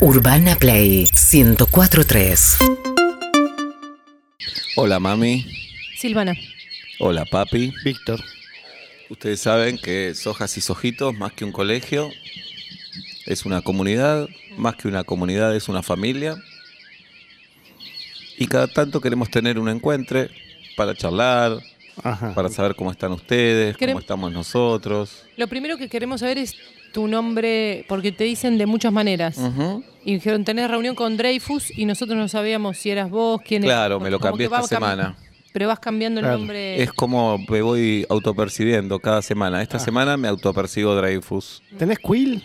Urbana Play 1043. Hola mami, Silvana. hola papi. Víctor. Ustedes saben que Sojas y Sojitos, más que un colegio, es una comunidad, más que una comunidad es una familia. Y cada tanto queremos tener un encuentro para charlar, Ajá. para saber cómo están ustedes, Querem- cómo estamos nosotros. Lo primero que queremos saber es tu nombre, porque te dicen de muchas maneras. Ujú. Y dijeron, tenés reunión con Dreyfus y nosotros no sabíamos si eras vos, quién eras. Claro, me lo cambié esta semana. Pero vas cambiando el Claro. nombre. Eh. Es como me voy autopercibiendo cada semana. Esta semana me autopercibo Dreyfus. ¿Tenés Quill?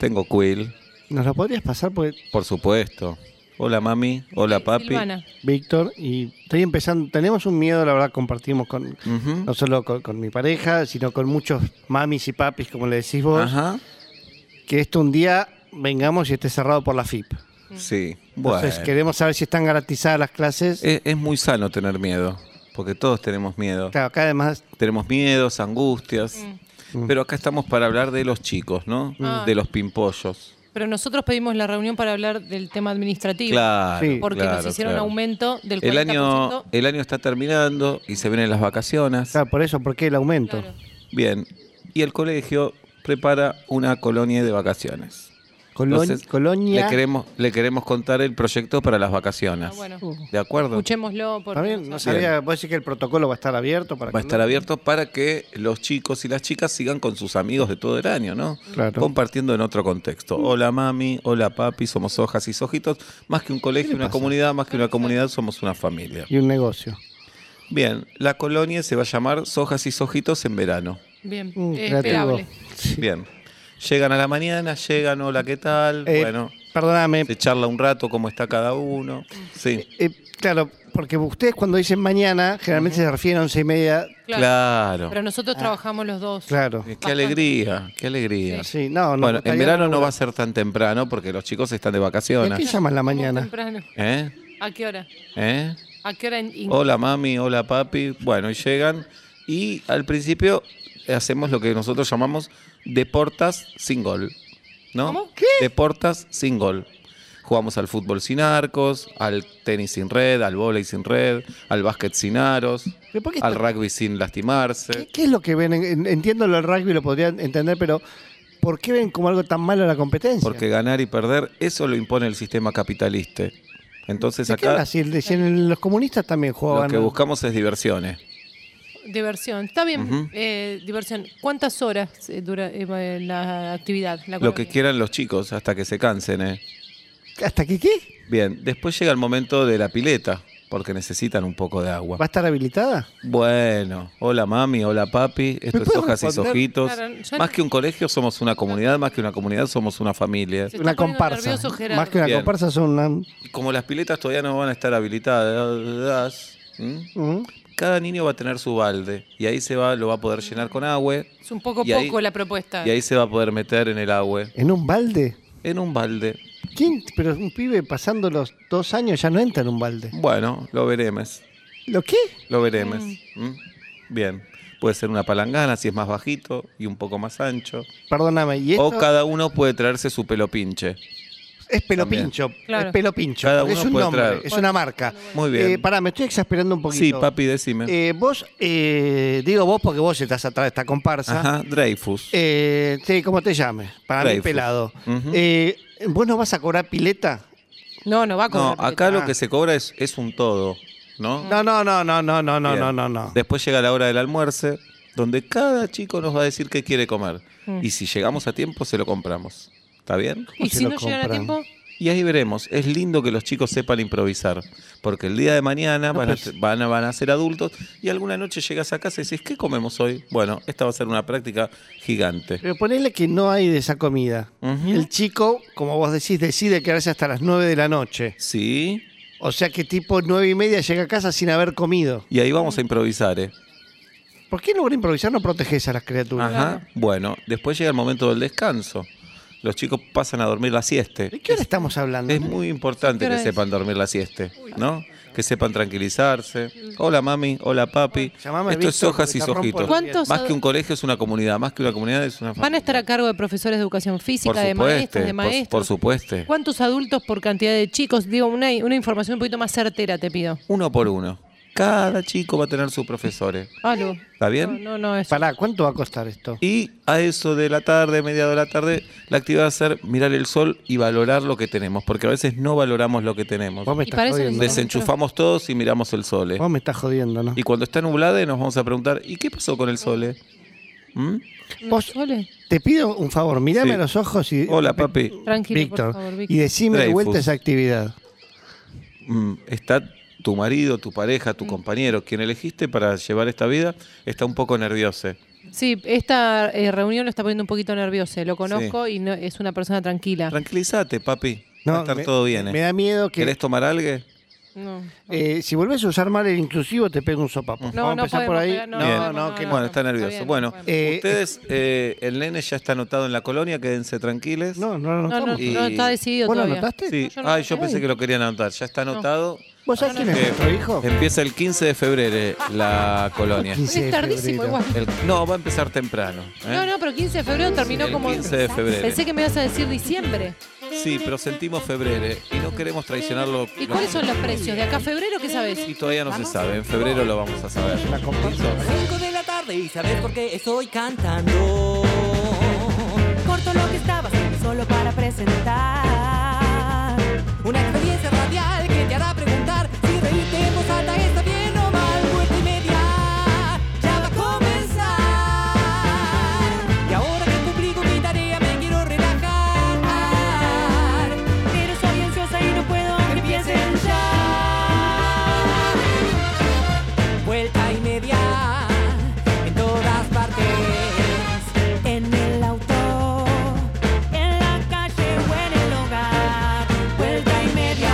Tengo Quill, ¿Nos lo podrías pasar? Porque por supuesto. Hola mami, hola papi. Silvana. Víctor y estoy empezando. Tenemos un miedo, la verdad, compartimos con Ujú. no solo con, con mi pareja, sino con muchos mamis y papis, como le decís vos, Ajá. que esto un día vengamos y esté cerrado por la FIP. Sí, bueno. Eh. Entonces queremos saber si están garantizadas las clases. es, es muy sano tener miedo, porque todos tenemos miedo. Claro, acá además Tenemos miedos, angustias, pero acá estamos para hablar de los chicos, ¿no? Mm. Ah. De los pimpollos. Pero nosotros pedimos la reunión para hablar del tema administrativo. Claro, Sí. Porque nos claro, hicieron claro. aumento del 40%. El año, el año está terminando y se vienen las vacaciones. Claro, por eso, ¿por qué el aumento? Claro. Bien, y el colegio prepara una colonia de vacaciones. Colon- Entonces, Colonia. Le queremos, le queremos contar el proyecto para las vacaciones. Ah, bueno. Uh. ¿De acuerdo? Escuchémoslo. Porque Está bien, no nos- sabía. Vos decís que el protocolo va a estar abierto para Va a que- estar abierto para que los chicos y las chicas sigan con sus amigos de todo el año, ¿no? Claro. Mm. Compartiendo en otro contexto. Hola mami, hola papi, somos hojas y sojitos. Más que un colegio, una comunidad, más que una comunidad, somos una familia. Y un negocio. Bien, la colonia se va a llamar Sojas y Sojitos en verano. Bien, Mm, eh, creativo. esperable. Bien. Llegan a la mañana, llegan, hola, ¿qué tal? Eh, bueno, Perdóname, se charla un rato cómo está cada uno. Sí. Eh, claro, porque ustedes cuando dicen mañana, generalmente se refieren a once y media. Claro. Pero nosotros trabajamos los dos. Ah. Claro. Eh, Qué alegría, qué alegría. Sí, no, no. bueno, en estaría- verano no va a ser tan temprano porque los chicos están de ¿Y ¿A qué vacaciones. llaman la Vamos mañana? temprano. ¿Eh? ¿A qué hora? ¿Eh? ¿A qué hora? en- in- Hola mami, hola papi. Bueno, y llegan y al principio hacemos lo que nosotros llamamos deportas sin gol. ¿No? ¿Cómo? ¿Qué? Deportas sin gol. Jugamos al fútbol sin arcos, al tenis sin red, al vóley sin red, al básquet sin aros, ¿Pero por qué al está- rugby sin lastimarse. ¿Qué, qué es lo que ven? En- en- Entiendo lo del rugby, lo podrían entender, pero ¿por qué ven como algo tan malo la competencia? Porque ganar y perder, eso lo impone el sistema capitalista. Entonces ¿De qué acá hablas? Si el- si en- los comunistas también lo jugaban. que buscamos es diversiones. Diversión. Está bien, Ujú. eh, diversión. ¿Cuántas horas eh, dura eh, la actividad? la Lo que colonia? quieran los chicos hasta que se cansen. ¿eh? ¿Hasta que qué? Bien, después llega el momento de la pileta, porque necesitan un poco de agua. ¿Va a estar habilitada? Bueno, hola mami, hola papi, esto es ¿Me puedes hojas y responder? sojitos. Claro, ya más no- que un colegio somos una comunidad, más que una comunidad somos una familia. Se está Una poniendo comparsa. nervioso, Gerardo. Más que una Bien. comparsa son una. Y Como las piletas todavía no van a estar habilitadas, ¿m? ¿Mm? cada niño va a tener su balde y ahí se va, lo va a poder llenar con agua Es un poco Y ahí- poco la propuesta. y ahí se va a poder meter en el agua, ¿En un balde? en un balde. ¿Quién? Pero un pibe pasando los dos años ya no entra en un balde. Bueno, lo veremos. ¿Lo qué? Lo veremos. ¿Mm? Bien. Puede ser una palangana si es más bajito y un poco más ancho. Perdóname, ¿y esto? O cada uno puede traerse su pelo pinche. Es pelopincho, Claro. es pelopincho. Cada porque uno es un puede nombre, traer. es una marca. Muy bien. Eh, pará, me estoy exasperando un poquito. Sí, papi, decime. Eh, vos, eh, digo vos porque vos estás atrás de esta comparsa. Ajá, Dreyfus. Eh, sí, ¿cómo te llames? Para mí Dreyfus. pelado. Ujú. Eh, ¿Vos no vas a cobrar pileta? No, no va a no, cobrar. acá lo Ah. que se cobra es, es un todo, ¿no? No, no, no, no, no, no, no, Bien. no, no, no. Después llega la hora del almuerzo, donde cada chico nos va a decir qué quiere comer. Mm. Y si llegamos a tiempo, se lo compramos. ¿Está bien? ¿Y se si lo no llegan a compran? tiempo? Y ahí veremos. Es lindo que los chicos sepan improvisar. Porque el día de mañana van, a, pues. van, a, van a ser adultos y alguna noche llegas a casa y decís, ¿qué comemos hoy? Bueno, esta va a ser una práctica gigante. Pero ponele que no hay de esa comida. Ujú. Y El chico, como vos decís, decide quedarse hasta las 9 de la noche. Sí. O sea que tipo nueve y media llega a casa sin haber comido. Y ahí vamos a improvisar, ¿eh? ¿Por qué en lugar de improvisar no proteges a las criaturas? Ajá. Bueno, después llega el momento del descanso. Los chicos pasan a dormir la siesta. ¿De qué hora estamos hablando? Es muy importante ¿Qué hora que es? sepan dormir la siesta, ¿no? que sepan tranquilizarse. Hola mami, hola papi. Llamame al Esto es Víctor, hojas porque y te rompo ojitos. el ¿Cuántos Más ad- que un colegio es una comunidad, más que una comunidad es una familia. ¿Van a estar a cargo de profesores de educación física, Por de supuesto, maestros, de por- maestros? por supuesto. ¿Cuántos adultos por cantidad de chicos? Digo, una, una información un poquito más certera te pido. Uno por uno. Cada chico va a tener sus profesores. Algo. ¿Está bien? No, no, no es. Pará, ¿cuánto va a costar esto? Y a eso de la tarde, mediado de la tarde, la actividad va a ser mirar el sol y valorar lo que tenemos, porque a veces no valoramos lo que tenemos. Vos me Y estás para eso jodiendo. necesitamos- Desenchufamos todos y miramos el sol. ¿eh? Vos me estás jodiendo, ¿no? Y cuando está nublado nos vamos a preguntar, ¿y qué pasó con el sol? eh? ¿Mm? Vos, Sole, te pido un favor, mirame Sí. a los ojos y. Hola, papi. Tranquilo, Víctor. por favor, Y Víctor. decime de Dreyfus. vuelta esa actividad. Mm, Está tu marido, tu pareja, tu compañero, quien elegiste para llevar esta vida, está un poco nervioso. ¿eh? Sí, esta eh, reunión lo está poniendo un poquito nervioso. Lo conozco y no, es una persona tranquila. Tranquilízate, papi. No, Va a estar me- todo bien. eh. Me da miedo que. ¿Querés tomar algo? No. eh, si volvés a usar mal el inclusivo, te pego un sopapo. No, Vamos a no empezar por podemos ahí. pegar- no, Bien. no, no, que no, bueno, está nervioso. está bien, bueno, bueno. Eh, ustedes, eh, el nene ya está anotado en la colonia, quédense tranquiles. No, no, no. No, no, Y- no está decidido ¿Vos lo todavía. anotaste? Sí. yo no Ay, lo yo pensé que lo querían anotar. Ya está anotado. Eh, ¿Vos sabés quién es nuestro hijo? Empieza el 15 de febrero eh, la colonia. 15 de Es tardísimo febrero. igual. El- no, va a empezar temprano. ¿eh? No, no, pero 15 de febrero terminó El como... 15 de febrero. Pensé que me ibas a decir diciembre. Sí, pero sentimos febrero eh, y no queremos traicionarlo. ¿Y cuáles son los precios? ¿De acá a febrero qué sabes? Y todavía no se sabe. En febrero lo vamos a saber. 5 de la tarde y saber por qué estoy cantando. Corto lo que estaba haciendo solo para presentar. Una experiencia radial que te hará preguntar si reírte en voz alta está bien o mal. Vuelta y media ya va a comenzar. Y ahora que cumplí con mi tarea me quiero relajar. Pero soy ansiosa y no puedo que empiecen Empiecen ya. Vuelta y media en todas partes. en el auto, en la calle o en el hogar. Vuelta y media.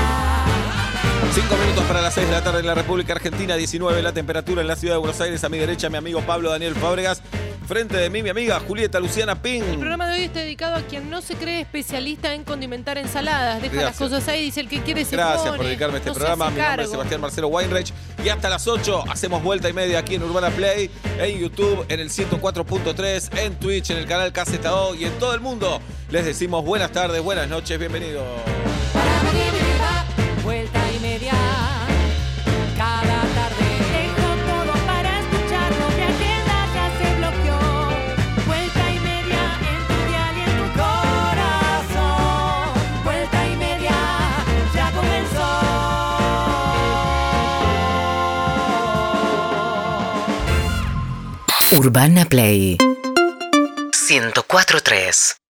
Cinco minutos para las 6 de la tarde en la República Argentina, 19 la temperatura en la ciudad de Buenos Aires. A mi derecha, mi amigo Pablo Daniel Fábregas. Frente de mí, mi amiga Julieta Luciana El Ping. programa de hoy está dedicado a quien no se cree especialista en condimentar ensaladas. Deja Gracias. las cosas ahí, dice el que quiere se Gracias pone, por dedicarme a este no se programa. hace Mi nombre es cargo. Sebastián Marcelo Weinreich. Y hasta las 8 hacemos vuelta y media aquí en Urbana Play, en YouTube, en el 104.3, en Twitch, en el canal KZO y en todo el mundo. Les decimos buenas tardes, buenas noches, bienvenidos. Vuelta y media cada tarde. Dejo todo para escucharlo, mi agenda ya se bloqueó. Vuelta y media en tu dial y en tu corazón. Vuelta y media ya comenzó. Urbana Play 104.3